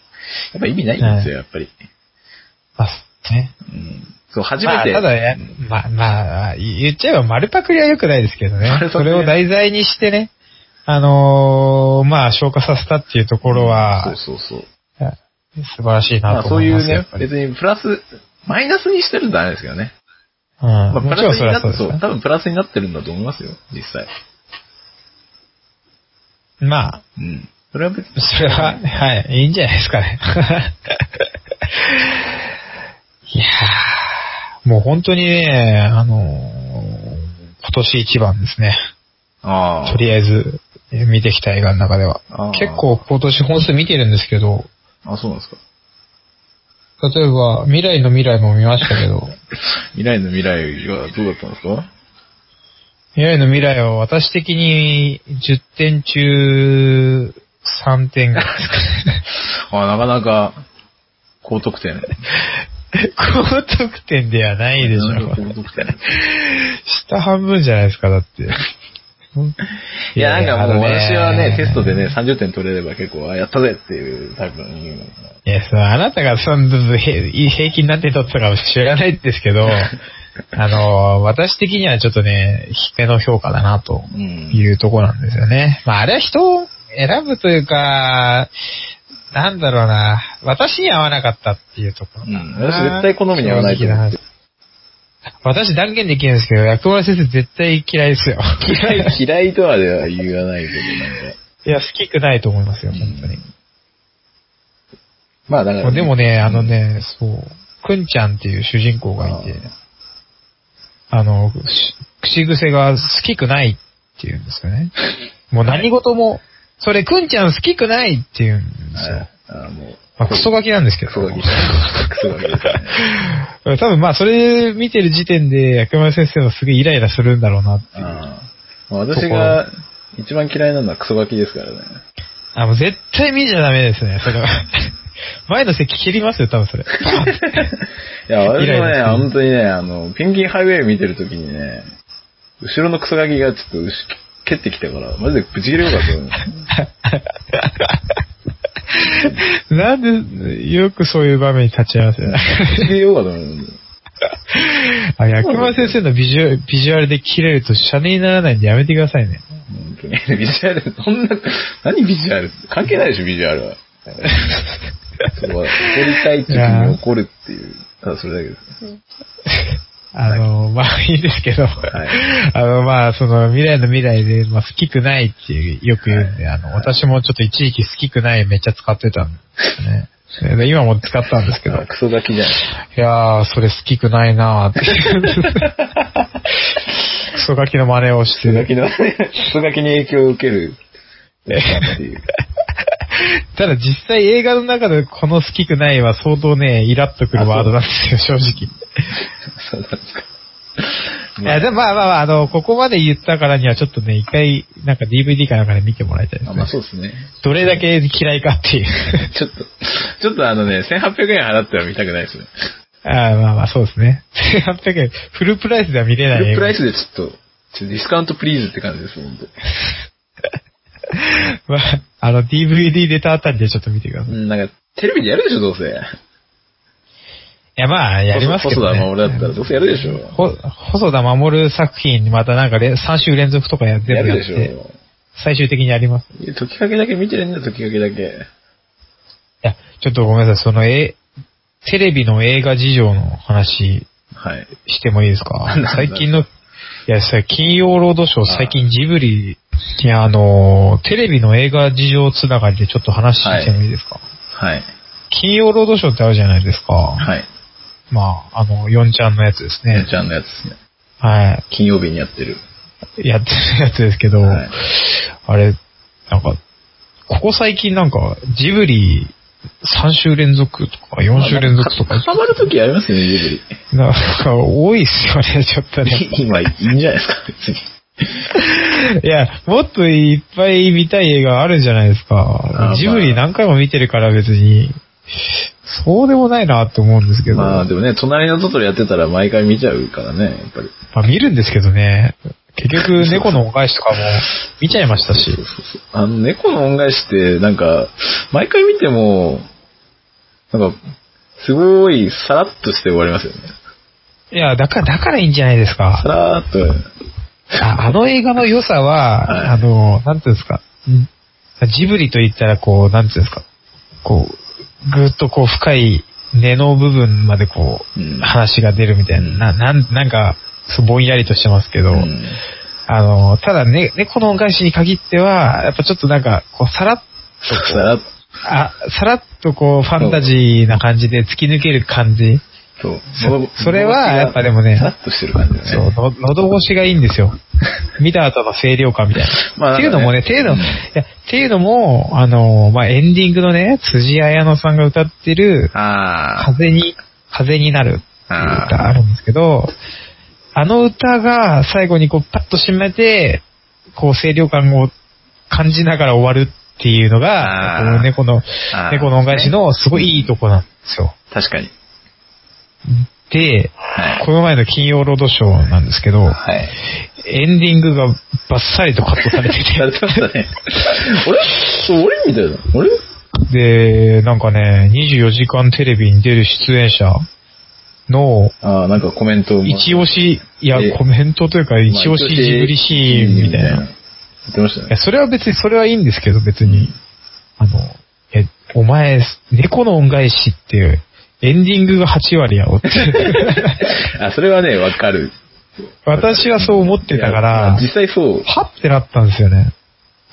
S1: やっぱ意味ないんですよ、やっぱり。
S2: まあそうね。
S1: うん。そう、初
S2: ま
S1: め
S2: あ、
S1: て。
S2: ただや、まあ、まあ、言っちゃえば丸パクリは良くないですけどね
S1: 丸。パ
S2: そ
S1: クリ
S2: れを題材にしてね、あのーまあ、消化させたっていうところは、
S1: そうそうそう。
S2: 素晴らしい
S1: ま
S2: な
S1: あ
S2: と
S1: そう
S2: 思い
S1: い
S2: ま
S1: う
S2: すよや
S1: ね
S2: っぱ、り
S1: 別にプラス、マイナスにしてるんじゃないですけどね。
S2: うん
S1: まあ、プ
S2: もちろ
S1: ラス
S2: んそ
S1: にな
S2: れは
S1: って
S2: そうです
S1: そう、
S2: ね
S1: 多分プラスになってるんだと思いますよ、実際。
S2: まあ、
S1: うん。それは別に。
S2: それは、はい、いいんじゃないですか ね。いやー、もう本当にね、あのー今年一番ですね。
S1: ああ。
S2: とりあえず、見てきた映画の中では
S1: あー。
S2: 結構今年本数見てるんですけど、
S1: あ、そうなんですか。
S2: 例えば、未来の未来も見ました けど、
S1: 未来の未来はどうだったんですか
S2: 未来の未来は私的に10点中3点ぐらいですか ね。
S1: あなかなか、高得点。
S2: 高得点ではないでし
S1: なかなか
S2: ょ。
S1: 高得点。
S2: 下半分じゃないですか、だって。
S1: いや、なんかもう私はね、テストで。
S2: あの
S1: ね、30点取れれば結構、あ、やったぜっていうタイプの人間だから
S2: いや、そう、あなたがそんな平平均なんて取ったか知らないで すけど、あの、私的にはちょっとね、低めの評価だなと
S1: うん。
S2: いうとこなんですよね。まあ、あれは人を選ぶというか、なんだろうな、私に合わなかったっていうところ。
S1: うん。私絶対好みに合わないと思って。
S2: 私断言できるんですけど、薬丸先生絶対嫌いですよ。
S1: 嫌い、嫌いとはでは言わないけど、なんか。
S2: いや、好きくないと思いますよ、本当に。
S1: まあだから、
S2: でもね、あのね、そう、くんちゃんっていう主人公がいて、あの、し口癖が好きくないっていうんですよ ね。もう何事も、それくんちゃん好きくないっていうんですよ。
S1: ああ、もう。
S2: まあ、クソガキなんですけど。
S1: クソガキ。クソガキですね。
S2: 多分まあ、それ見てる時点で、薬丸先生はすげえイライラするんだろうなっていう。
S1: ああまあ私が一番嫌いなのはクソガキですからね。
S2: あ、もう絶対見ちゃダメですね、それ は。前の席切りますよ、多分それ。
S1: いや、私
S2: イ
S1: も
S2: ライラす
S1: ね、
S2: る
S1: 本当にね、あの、ペンギンハイウェイ見てるときにね、後ろのクソガキがちょっと牛蹴ってきたから、マジでブチ切れよかったよね。
S2: なんで、よくそういう場面に立ち会わせない。
S1: ブチ切れようかと思うんだよ
S2: あ、薬丸先生のビジュビジュアルで切れるとシャレにならないんでやめてくださいね。
S1: 本当に。ビジュアル、そんな、何ビジュアル関係ないでしょ、ビジュアル は。そこは、怒りたい時に怒るっていう、ただそれだけです。
S2: あの、まあいいですけど、
S1: い
S2: あの、まあその未来の未来で、まあ好きくないっていうよく言うんで、あの、私もちょっと一時期好きくないめっちゃ使ってたんですね。で今も使ったんですけど
S1: あ、クソガキじゃない。
S2: いやー、それ好きくないな ーっていう。クソガキの真似をし
S1: クソガ
S2: て。
S1: キの、クソガキに影響を受ける。っていう。
S2: ただ実際映画の中でこの好きくないは相当ね、イラっとくるワードなんですよ、正直。
S1: そうなんですか。
S2: いや、でもまあまあまあ、あの、ここまで言ったからにはちょっとね、一回、なんか DVD かなんかで見てもらいたいです
S1: あまあ
S2: ね。
S1: そうですね。
S2: どれだけ嫌いかっていう。
S1: ちょっと、ちょっとあのね、1800円払っては見たくないですね。
S2: あーまあ まあ、そうですね。1800円、フルプライスでは見れ
S1: フ
S2: な
S1: ル
S2: い映
S1: プ
S2: 画
S1: ライスでちょっと、ちょっとディスカウントプリーズって感じです、本
S2: まあ、あの、DVD 出たあたりでちょっと見てくださ
S1: 当
S2: い。い
S1: うん、なんか、テレビでやるでしょ、どうせ。
S2: や、まあ、やりますけど、
S1: 細
S2: ね。
S1: 田守だったら、どうせやるでしょ。
S2: ほ細田守作品にまたなんかで3週連続とかやって
S1: やるでし
S2: って、
S1: ょ。
S2: 最終的にやります。い
S1: いや時かけだけ見てるんだよ、時かけだけ。
S2: や、ちょっとごめんなさい、その、え、テレビの映画事情の話
S1: はい。
S2: してもいいですか
S1: なんだ
S2: 最近の、いや、それ金曜ロードショー、最近ジブリ、いや、あのー、テレビの映画事情つながりでちょっと話してもいいですか、
S1: はい。
S2: 金曜ロードショーってあるじゃないですか。
S1: はい。
S2: まあ、あの、ヨンちゃんのやつです
S1: ね
S2: ね
S1: え。ちゃんのやつですね。
S2: はい。
S1: 金曜日にやってる。
S2: やってるやつですけど、
S1: はい
S2: あれ、なんか、ここ最近なんか、ジブリ3週連続とか4週連続とか、
S1: 挟まるときやりますよね、ジブリ。
S2: なんか多いっすよね、 ちょっとね。
S1: 今、いいんじゃないですか、別に。
S2: いや、もっといっぱい見たい映画あるじゃないです
S1: ま
S2: か
S1: あ。
S2: ジブリ何回も見てるから別に、そうでもないなと思うんですけど、
S1: ま
S2: ま
S1: あ、でもね、隣のトトロやってたら毎回見ちゃうからね、やっぱり。
S2: あ見るんですけどね。結局、猫のお返しとかも見ちゃいましたし
S1: そう。そうそう。あの、猫の恩返しって、なんか、毎回見ても、なんか、すごい、さらっとして終わりますよね。
S2: いや、だから、だからいいんじゃないですか。
S1: さらーっと。
S2: ああの映画の良さは、
S1: はい
S2: あの、なんていうんですか、ジブリと言ったらこう、なんていうんですか、こう、ぐーっとこう深い根の部分までこう、
S1: うん
S2: 話が出るみたいな、な、なん、なんか、そうぼんやりとしてますけど、
S1: うん
S2: あの、ただね、猫の恩返しに限っては、やっぱちょっとなんか、こう、さらっと
S1: さらっと。
S2: あ、さらっとこう、ファンタジーな感じで突き抜ける感じ。
S1: そう。
S2: そ
S1: 喉
S2: それはやっぱでもね
S1: さらっとしてる感じだ
S2: そう
S1: ね。、
S2: の喉越しがいいんで すよ。見た後の清涼感みたいな。
S1: まあ
S2: っていうのもね、
S1: なん
S2: っ
S1: か
S2: て
S1: ね
S2: いうの、
S1: うん
S2: いや、っていうのも、あの、まあ、エンディングのね、辻彩乃さんが歌ってる、
S1: あー。
S2: 風に、風になるっていう歌あるんですけど、あの歌が最後にこうパッと締めて、こう清涼感を感じながら終わるっていうのが、
S1: あー
S2: この猫の
S1: あ、ー
S2: 猫の恩返しのすごいいいとこなんですよ。
S1: 確かに。
S2: で、
S1: はい。
S2: この前の金曜ロードショーなんですけど、
S1: はい。
S2: エンディングがバッサリとカットされて
S1: されてましたね。 あれそう、俺みたいな。あれ
S2: て、で、なんかね、24時間テレビに出る出演者の、
S1: ああ、なんかコメントも
S2: 一押し、いや
S1: え、
S2: コメントというか、一押しジブリシーンみたいな。い
S1: 言ってましたね
S2: や、。それは別に、それはいいんですけど、別に。あの、え、お前、猫の恩返しっていう、エンディングが8割やろ っていう。
S1: あ、それはね、わかる。
S2: 私はそう思ってたか
S1: い
S2: ら
S1: や、実際そう。
S2: はってなったんですよね。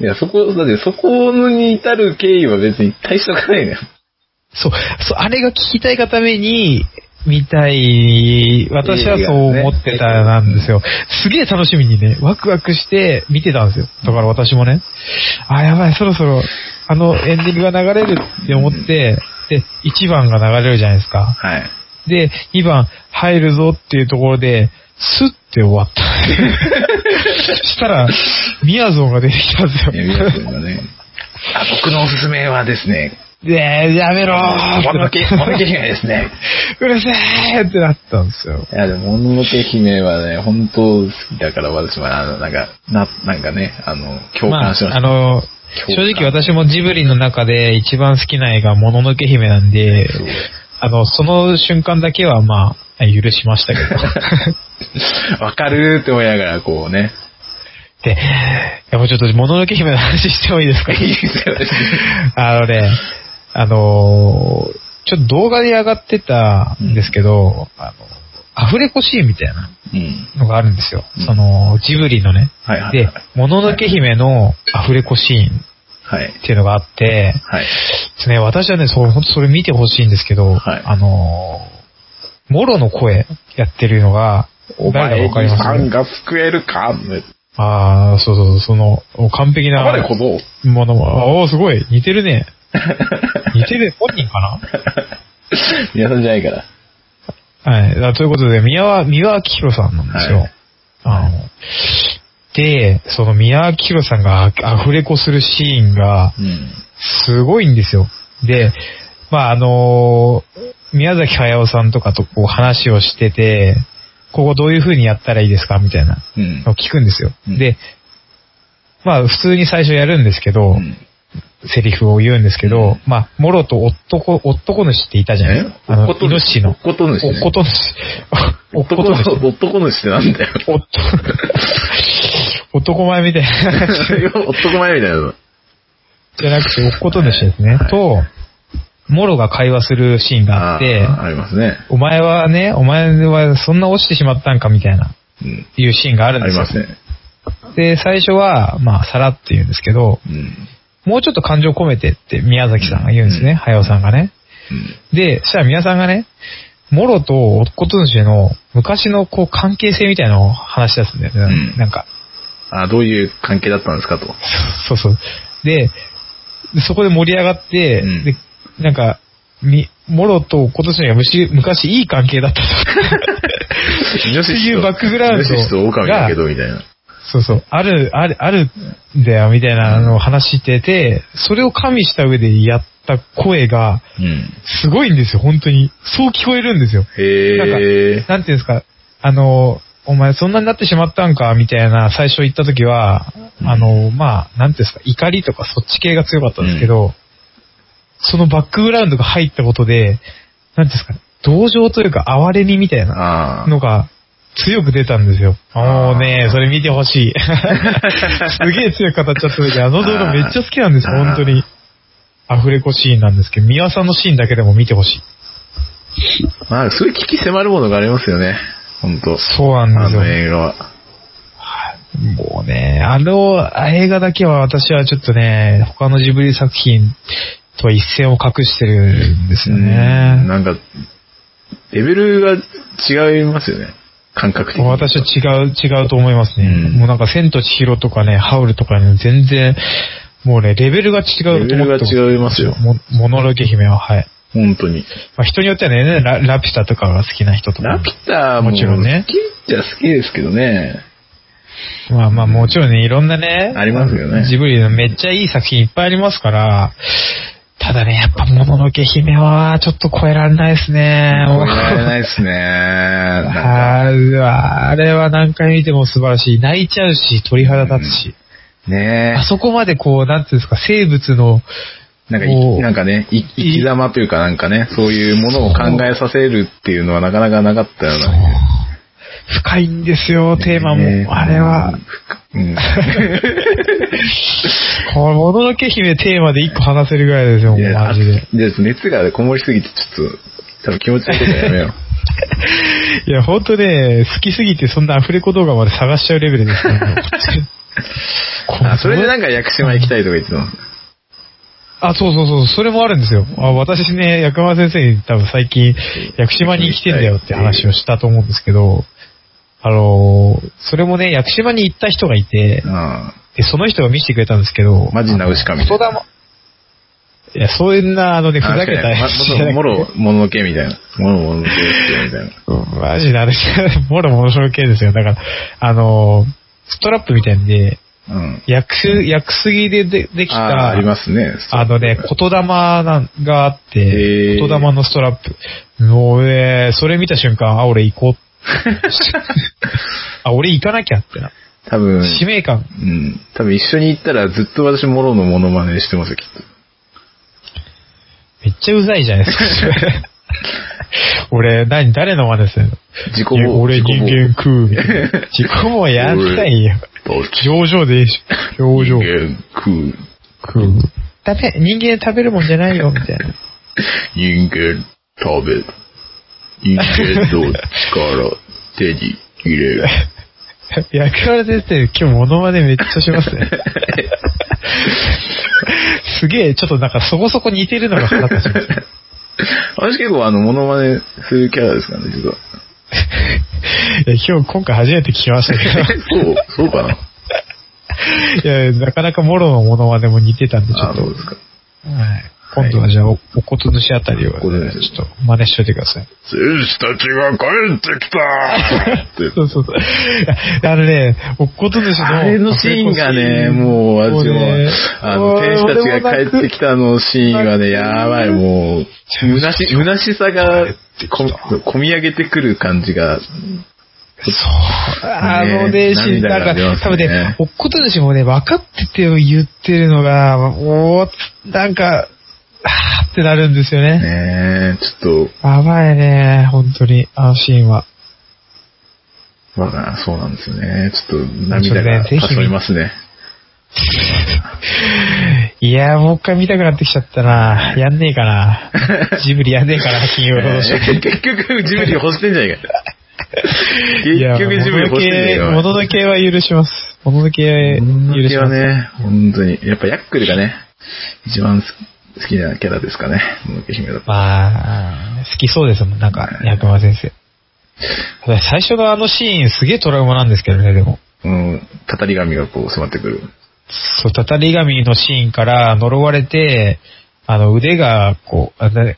S1: いや、そこ、だってそこに至る経緯は別に大したことないね。
S2: そう、そう、あれが聞きたいがために、見たい、私はそう思ってたなんですよ。すげえ楽しみにね、ワクワクして見てたんですよ。だから私もね、あ、やばい、そろそろ、あのエンディングが流れるって思って、で、1番が流れるじゃないですか。
S1: はい。
S2: で、2番入るぞっていうところで、スッて終わ った。したら、みやぞんが出てきたんですよ。
S1: いや、皆さんがね。あ、僕のおすすめはですね、
S2: で、やめろーって
S1: も
S2: な
S1: の
S2: っ
S1: け、ものけ姫ですね。
S2: うるせえってなったんですよ。
S1: いや、でも、もののけ姫はね、本当好きだから、私も、あの、なんか、な、なんかね、あの、共
S2: ま
S1: 感しまし
S2: あ、
S1: た。
S2: あの、正直私もジブリの中で一番好きな映画、もののけ姫なんで、
S1: そう
S2: あの、その瞬間だけはまあ、許しましたけ ど。
S1: わかるーって思いながら、こう ね。
S2: で、いやもうちょっともののけ姫の話してもいいですか
S1: いいですよね
S2: あのね、あのーちょっと動画で上がってたんですけど、あの、アフレコシーンみたいな
S1: うん。
S2: のがあるんですよ
S1: うん。
S2: その、ジブリのね。
S1: はいはい
S2: で
S1: はい。、
S2: もののけ姫のアフレコシーン
S1: はい。
S2: っていうのがあって、
S1: はい。
S2: ですね、私はね、そう、本当それ見てほしいんですけど、
S1: はい
S2: あのー、モロの声やってるのが、
S1: お前
S2: 誰
S1: に
S2: かわかります
S1: さんが救えるか
S2: ああ、そうそうそう、その、完璧な
S1: あれ小僧。
S2: ものも、ああ、すごい、似てるね。似てる、本人かな
S1: 皆さんじゃないから。
S2: はい。あということで、宮は、三輪明宏さんなんですよ。
S1: はい
S2: あの、で、その宮明宏さんがアフレコするシーンが、
S1: うん。
S2: すごいんですよ。で、まあ、あの宮崎駿さんとかとこう話をしてて、ここどういう風にやったらいいですかみたいな
S1: うん
S2: のを聞くんですよ。
S1: うん
S2: で、まあ、普通に最初やるんですけど、
S1: うん。
S2: セリフを言うんですけ
S1: う
S2: ど、
S1: ん
S2: まあ、もろと男、男主っていたじゃないですか。あの、イノシシの。
S1: おっことぬしね。
S2: おことぬし。おことぬし。
S1: おっとこぬしってなんだよ。
S2: おっと 男前みたいな。
S1: おっとこ前みたいなの。
S2: じゃなくて、おっことぬしですね。
S1: はい
S2: と、モロが会話するシーンがあって、
S1: ーありますね。
S2: お前はね、お前はそんな落ちてしまったんかみたいな、
S1: うん。
S2: いうシーンがあるん
S1: あ
S2: で
S1: り
S2: すよ
S1: ま。すね。
S2: で、最初は、まあ、さらって言うんですけど、
S1: うん。
S2: もうちょっと感情込めてって宮崎さんが言うんです
S1: うん
S2: ね、早尾さんがね。
S1: うん。
S2: で、そしたら宮さんがね、モロとおっことぬしの昔のこう関係性みたいなのを話し出すんだよね。
S1: うん
S2: なんか、
S1: あーどういう関係だったんですかと。
S2: そうそう。で、そこで盛り上がって、
S1: うん
S2: で、なんか、み、モロと今年にはむし昔いい関係だった と。
S1: イノシシと
S2: っていうバックグラウンド
S1: イノシシと狼だけど、みたいな。
S2: そうそう。ある、ある、あるんだよ、みたいなのを話してて、それを加味した上でやった声が、
S1: うん。
S2: すごいんですよ、本当に。そう聞こえるんですよ。
S1: へえ。
S2: なんていうんですか、あの、お前そんなになってしまったんか、みたいな最初言った時は、
S1: うん
S2: あの、まあ、なんていうんですか、怒りとかそっち系が強かったんですけど、そのバックグラウンドが入ったことで、なんていうんですか、同情というか哀れみみたいな
S1: ああ。
S2: のが強く出たんですよ。
S1: あー
S2: もうね、それ見てほ しい。すげえ強く語っちゃった時、あの動画めっちゃ好きなんです、
S1: あー
S2: 本当に。アフレコシーンなんですけど、三輪さんのシーンだけでも見てほしい。
S1: まあ、そういう危機迫るものがありますよね。本当
S2: そうなんで
S1: あ
S2: すよ。
S1: の映画は。
S2: もうね、あの映画だけは私はちょっとね、他のジブリ作品とは一線を隠してるんですよ
S1: うん
S2: ね。
S1: なんか、レベルが違いますよね。感覚的に。
S2: 私は違う、違うと思いますね。
S1: うん
S2: もうなんか、千と千尋とかね、ハウルとかね、全然、もうね、レベルが違うと思って
S1: レベルが違いますよ
S2: も、もののけ姫は、はい。
S1: 本当に。
S2: まあ、人によってはね、ララピュタとかが好きな人とかも。
S1: ラピュタも
S2: もちろんね
S1: 好きっちゃ好きですけどね。
S2: まあまあもちろんね、いろんなね。
S1: ありますよね
S2: ジブリのめっちゃいい作品いっぱいありますから、ただね、やっぱ、もののけ姫は、ちょっと超えられないですね。
S1: 超えられない ですね。なんか
S2: あ ーうわあれは何回見ても素晴らしい。泣いちゃうし、鳥肌立つし。
S1: ね
S2: あそこまでこう、なんていうんですか、生物の、
S1: なんか
S2: こ
S1: い、
S2: う
S1: なんかね、い生き様というかなんかね、そういうものを考えさせるっていうのはなかなかなかったような。
S2: 深いんですよ、テーマも。
S1: ね
S2: あれは、。
S1: うん。
S2: このもののけ姫テーマで一個話せるぐらいですよ、
S1: いや
S2: マジで。
S1: で熱がこもりすぎて、ちょっと、多分気持ち悪いからや めよ
S2: いや、ほんとね、好きすぎてそんなアフレコ動画まで探しちゃうレベルで す
S1: う。
S2: ね。
S1: あ、それでなんんか屋久島行きたいとか言ってたの。
S2: あ、そうそうそう、それもあるんですよ。あ私ね、薬丸先生に多分最近、屋久島に来てんだよって話をしたと思うんですけど、あのーそれもね、屋久島に行った人がいて、
S1: あ
S2: でその人が見せてくれたんですけど、
S1: あマジナウシカみたいな
S2: あの言霊いや、そういうな、あのね、ふざけたやつじゃな
S1: も
S2: くて。
S1: ろ、もののけみたいな。もろもののけってみたいな。
S2: うんマジであれ、 もろもろ系ですよ。だから、あの、ストラップみたいんで、
S1: うん。
S2: 薬す、薬すぎでででき
S1: ああ、
S2: た、
S1: ありますね。
S2: あのね、言霊なんがあっ
S1: へ
S2: て、
S1: ー
S2: 言霊のストラップ。もうね、それ見た瞬間、あ、俺 行こう。 あ、俺行かなきゃってな。
S1: 多分、
S2: 使命感。
S1: うん。多分一緒に行ったらずっと私もろのモノマネしてますよ、きっと。
S2: めっちゃうざいじゃないです か。俺、何、誰の真似するの
S1: 自己防
S2: 俺
S1: 自己
S2: 人
S1: 防
S2: 間食うみた いな。自己もやんないよ。
S1: どっち
S2: 表情でいいし。表情。
S1: 人間食う。
S2: 食う。食べ、人間食べるもんじゃないよ、みたいな。
S1: 人間食べる。人間の力、手に入れる。
S2: 役割出て、今日モノマネめっちゃします ね。すげえ、ちょっとなんかそこそこ似てるのが腹立ちます。
S1: 私結構あの、モノマネするキャラですからね、実は。
S2: いや今日今回初めて聞きました け
S1: そう、そうかな。
S2: ど、いや、なかなかモロのモノマネも似てたんで、ちょ
S1: あ、
S2: っと。
S1: そ
S2: は
S1: う
S2: い
S1: ですか。
S2: 今度はじゃあ、お、おこと主あたりを、ね、
S1: お
S2: ちょ
S1: 琴主
S2: っと真似しといてください。
S1: 戦士たちが帰ってきた
S2: そうそうそう。あのね、おこと主の。
S1: あれのシーンがね、もう、
S2: も
S1: 私も
S2: ね、
S1: あの、天使たちが帰ってきたのシーンはね、やばい、もう、 虚し、虚しさが、こ、こみ上げてくる感じが、
S2: そう。あの
S1: ね
S2: ね、し、
S1: 涙
S2: な
S1: が
S2: ん
S1: 出ま
S2: か、
S1: す
S2: 多
S1: ね
S2: 分ね、おっことでしもね、分かってて言ってるのが、おー、なんか、あーってなるんですよね。
S1: ねえ、ちょっと、
S2: やばいね、本当に、あのシーンは。
S1: わからんそうなんですよね。ちょっと涙が
S2: ちょっとねぜひ
S1: かそりますね。
S2: いやー、もう一回見たくなってきちゃったな。やんねえかな。ジブリやんねえかな、金曜ロードショ
S1: え
S2: ー。
S1: ー 結局、ジブリ欲してんじゃねえ か。
S2: いや
S1: 結局、ジブリ欲してんじゃねえか。
S2: もののけは許します。もののけ
S1: 物
S2: 許
S1: 抜き
S2: し
S1: は
S2: ます。
S1: ね、本当に。やっぱヤックルがね、一番好き好きなキャラですかね。物抜け姫だと。
S2: まあ、好きそうですもん、なんか、薬丸先生。最初のあのシーン、すげえトラウマなんですけどね、でも。
S1: うん、語り神がこう迫ってくる。
S2: そう、たたり神のシーンから呪われて、あの、腕が、こう、あなガー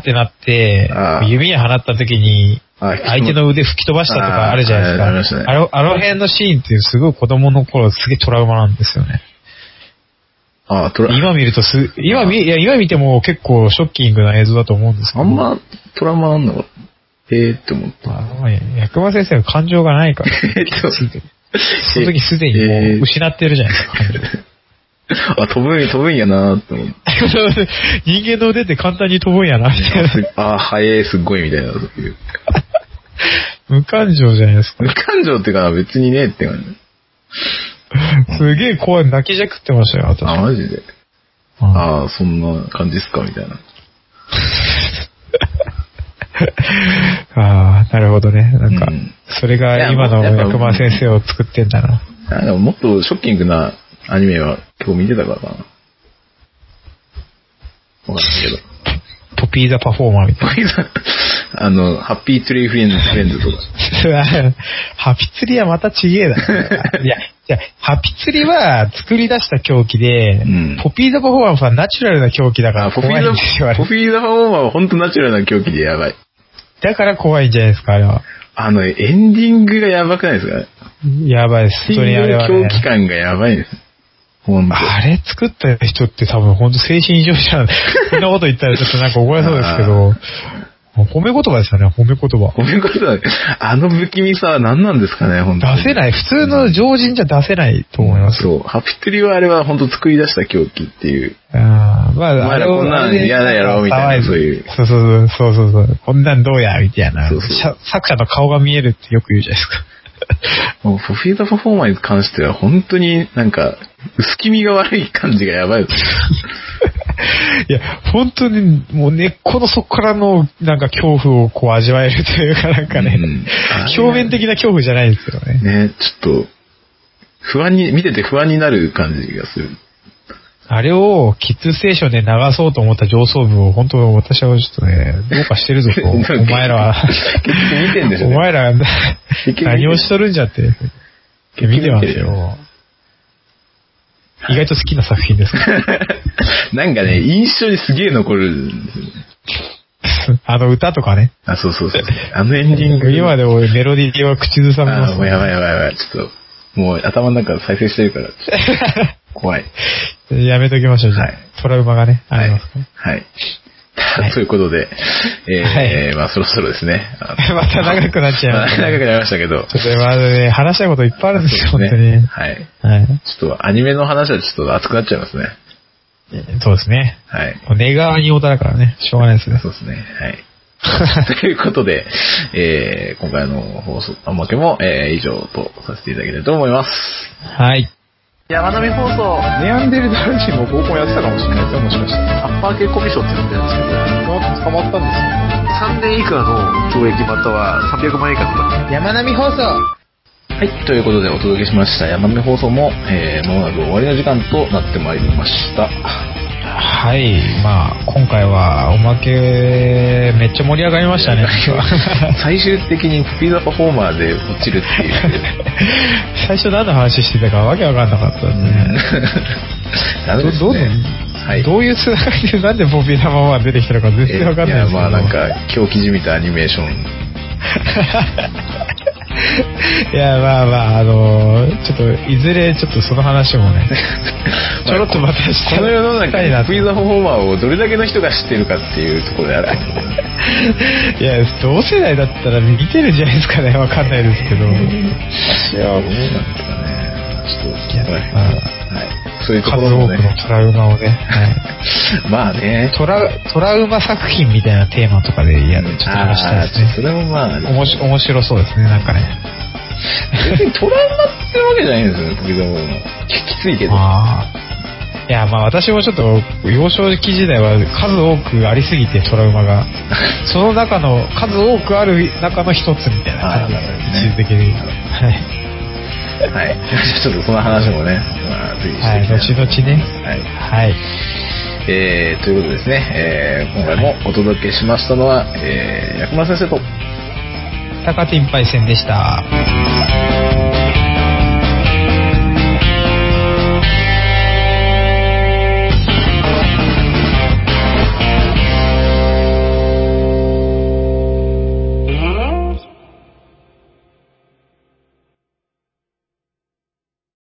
S2: ってなって
S1: ああ、
S2: 弓を放った時に、
S1: あ
S2: 相手の腕吹き飛ばしたと
S1: ああ
S2: かあるじゃないですか。
S1: ありましたね
S2: あのあの辺のシーンっていうすごい子供の頃すげえトラウマなんですよね。
S1: あ、トラ、
S2: 今見るとす、今見、いや、今見ても結構ショッキングな映像だと思うんですけ
S1: あ
S2: ど。
S1: んまトラウマなんのかえーって思った。
S2: まあまあ、薬丸先生は感情がない から。
S1: えーって
S2: その時すでに
S1: え
S2: も
S1: ー
S2: う失ってるじゃないですか。
S1: あ、飛ぶん、飛ぶんやなーって思って。
S2: 人間の腕って簡単に飛ぶんやな、みたい
S1: あ
S2: な。
S1: すあー、早い、すっごい、みたいな、そういう。
S2: 無感情じゃないですか。
S1: 無感情っていうか、別にね、って感
S2: すげえ怖い。泣きじゃくってましたよ、
S1: じ。
S2: 私。
S1: あ、マジで。
S2: うん
S1: ああ、そんな感じっすか、みたいな。
S2: ああ、なるほどね。なんか
S1: うん、
S2: それが今の
S1: いやもうやっぱ
S2: 薬丸先生を作ってんだな。
S1: なんかもっとショッキングなアニメは今日見てたからかな。わかんない けど。
S2: ポピーザパフォーマーみたい
S1: マギさんあの、ハッピートリーフレンズフレンズとか。
S2: な。 ハピ釣りはまたち げえだ。いや、いや、ハピ釣りは作り出した狂気で
S1: うん、
S2: ポピーザパフォーマーはナチュラルな狂気だか
S1: あ
S2: ら
S1: ポピー
S2: 怖いんですよ、
S1: ザ、
S2: あれ
S1: ポ。ピーザフォーマーは本当ナチュラルな狂気でやばい。
S2: だから怖いんじゃないですか、あれは。
S1: あの、エンディングがやばくないですか
S2: やばいです。
S1: エン
S2: 本当にあれ
S1: ディン
S2: は、
S1: グ
S2: ね
S1: の狂。気感がやばいです。ほんと。
S2: あれ作った人って多分本当精神異常者な んで、こんなこと言ったらちょっとなんか怒られそうですけど、もう褒め言葉ですよね、褒め言葉。
S1: ごめんなさい。あの不気味さは何なんですかね、本当
S2: 出せないい、普通の常人じゃ出せないと思います。
S1: そう。ハピトリはあれは本当作り出した狂気っていう。
S2: あーま
S1: お
S2: あ、
S1: 前らこんなん嫌だやろみたいな
S2: 騒
S1: そういう
S2: そうそうそう、そうそうそう、こんなんどうや、みたいな。
S1: そうそう
S2: しゃ作者の顔が見えるってよく言うじゃないですか。
S1: もう、フィードパフォーマーに関しては、本当になんか、薄気味が悪い感じがやばいです。
S2: いや、本当にもう根っこの底からのなんか恐怖をこう味わえるというかなんかね、
S1: うん
S2: 表面的な恐怖じゃないですよね。
S1: ね、ちょっと、不安に、見てて不安になる感じがする。
S2: あれをキッズステーションで流そうと思った上層部を本当私はちょっとね、どうかしてる ぞと、お前らは。
S1: 結局見てんですよ
S2: お
S1: ね。
S2: 前ら
S1: 結局見てる
S2: 何をしとるんじゃって。見てますよ。意外と好きな作品ですか
S1: なんかね、印象にすげえ残るんですよね。
S2: あの歌とかね。
S1: あ、そうそうそう。あのエンディング。
S2: 今で俺メロディーは口ずさみ ま
S1: あ、
S2: す
S1: もうやばいやばいやばい。ちょっと、もう頭の中再生してる から、ちょっと怖い。
S2: やめときましょう、じゃあ
S1: はい
S2: トラウマがね、あ
S1: はい。
S2: り
S1: は
S2: ますから。
S1: い。ということで、えー
S2: はい
S1: えーまあそろそろですね。あの
S2: また長くなっちゃいま
S1: ま
S2: し
S1: あ
S2: たね
S1: 長くなりましたけど。
S2: ちょっと今ね、話したいこといっぱいあるんですよ、
S1: そう
S2: 本
S1: で
S2: 当
S1: す
S2: に。
S1: ね。はい。
S2: はい。
S1: ちょっとアニメの話はちょっと熱くなっちゃいますね。
S2: そうですね。
S1: はい。
S2: 寝側にオタだからね、しょうがないですね。
S1: そうですね。 はい。ということで、えー今回の放送、あんまけも、えー以上とさせていただきたいと思います。
S2: はい。
S1: 山並放送、
S2: ネアンデルタール人も合コンやってたかもしれないですよ、もしかしたら。
S1: アッパー系コミションって呼んでるんですけど、
S2: 捕まったんです
S1: 3年以下の懲役または300万円以下とか。
S2: よ。山並放送
S1: はい。ということでお届けしました山並放送も、えー、まもなく終わりの時間となってまいりました。
S2: はい、まあ、今回はおまけ、めっちゃ盛り上がりま したね。
S1: 最終的にピーザパフォーマーで落ちるっていう。
S2: 最初何の話してたかわけわかんなかったですね。
S1: ダメです
S2: どどうぞ
S1: ね。はい。
S2: どういうつながりでなんでボビー玉は出てきたのか全然わかんないですけど。
S1: やまあなんか狂気じみたアニメーション
S2: いや、まあまあ、あのーちょっと、いずれ、ちょっとその話もね、 ちょろっとまたした
S1: この世の
S2: した
S1: 中
S2: いな
S1: に
S2: と
S1: クイズフォーマーをどれだけの人が知ってるかっていうところである
S2: いや、同世代だったら見てるんじゃないですかね、わかんないですけど。
S1: いやどうなんですかねちょっと
S2: いや
S1: はい
S2: まあ
S1: はいそういうとこ
S2: 数
S1: ろ
S2: 多
S1: も
S2: くの
S1: ね
S2: トラウマをね、はい
S1: まあね
S2: トラ、トラウマ作品みたいなテーマとかで、いや、ちょっと話したいです
S1: あーそ
S2: ね。
S1: れもまあ
S2: おもし面白そうですね、なんかね。
S1: 別にトラウマってわけじゃないんですよね時々もききついけど
S2: あーいや、まあ私もちょっと、幼少期時代は数多くありすぎて、トラウマが。その中の、数多くある中の一つみたい
S1: あー
S2: な感じ
S1: なるほどね
S2: 一時的に。はい。
S1: はい じゃあちょっとその話もねまあぜひして
S2: はい、
S1: いき
S2: 後
S1: たい
S2: 々ね。
S1: はい
S2: はい。
S1: えーということでですね、えー今回もお届けしましたのは、えー、薬丸先生と
S2: 高ティンパイセンでした。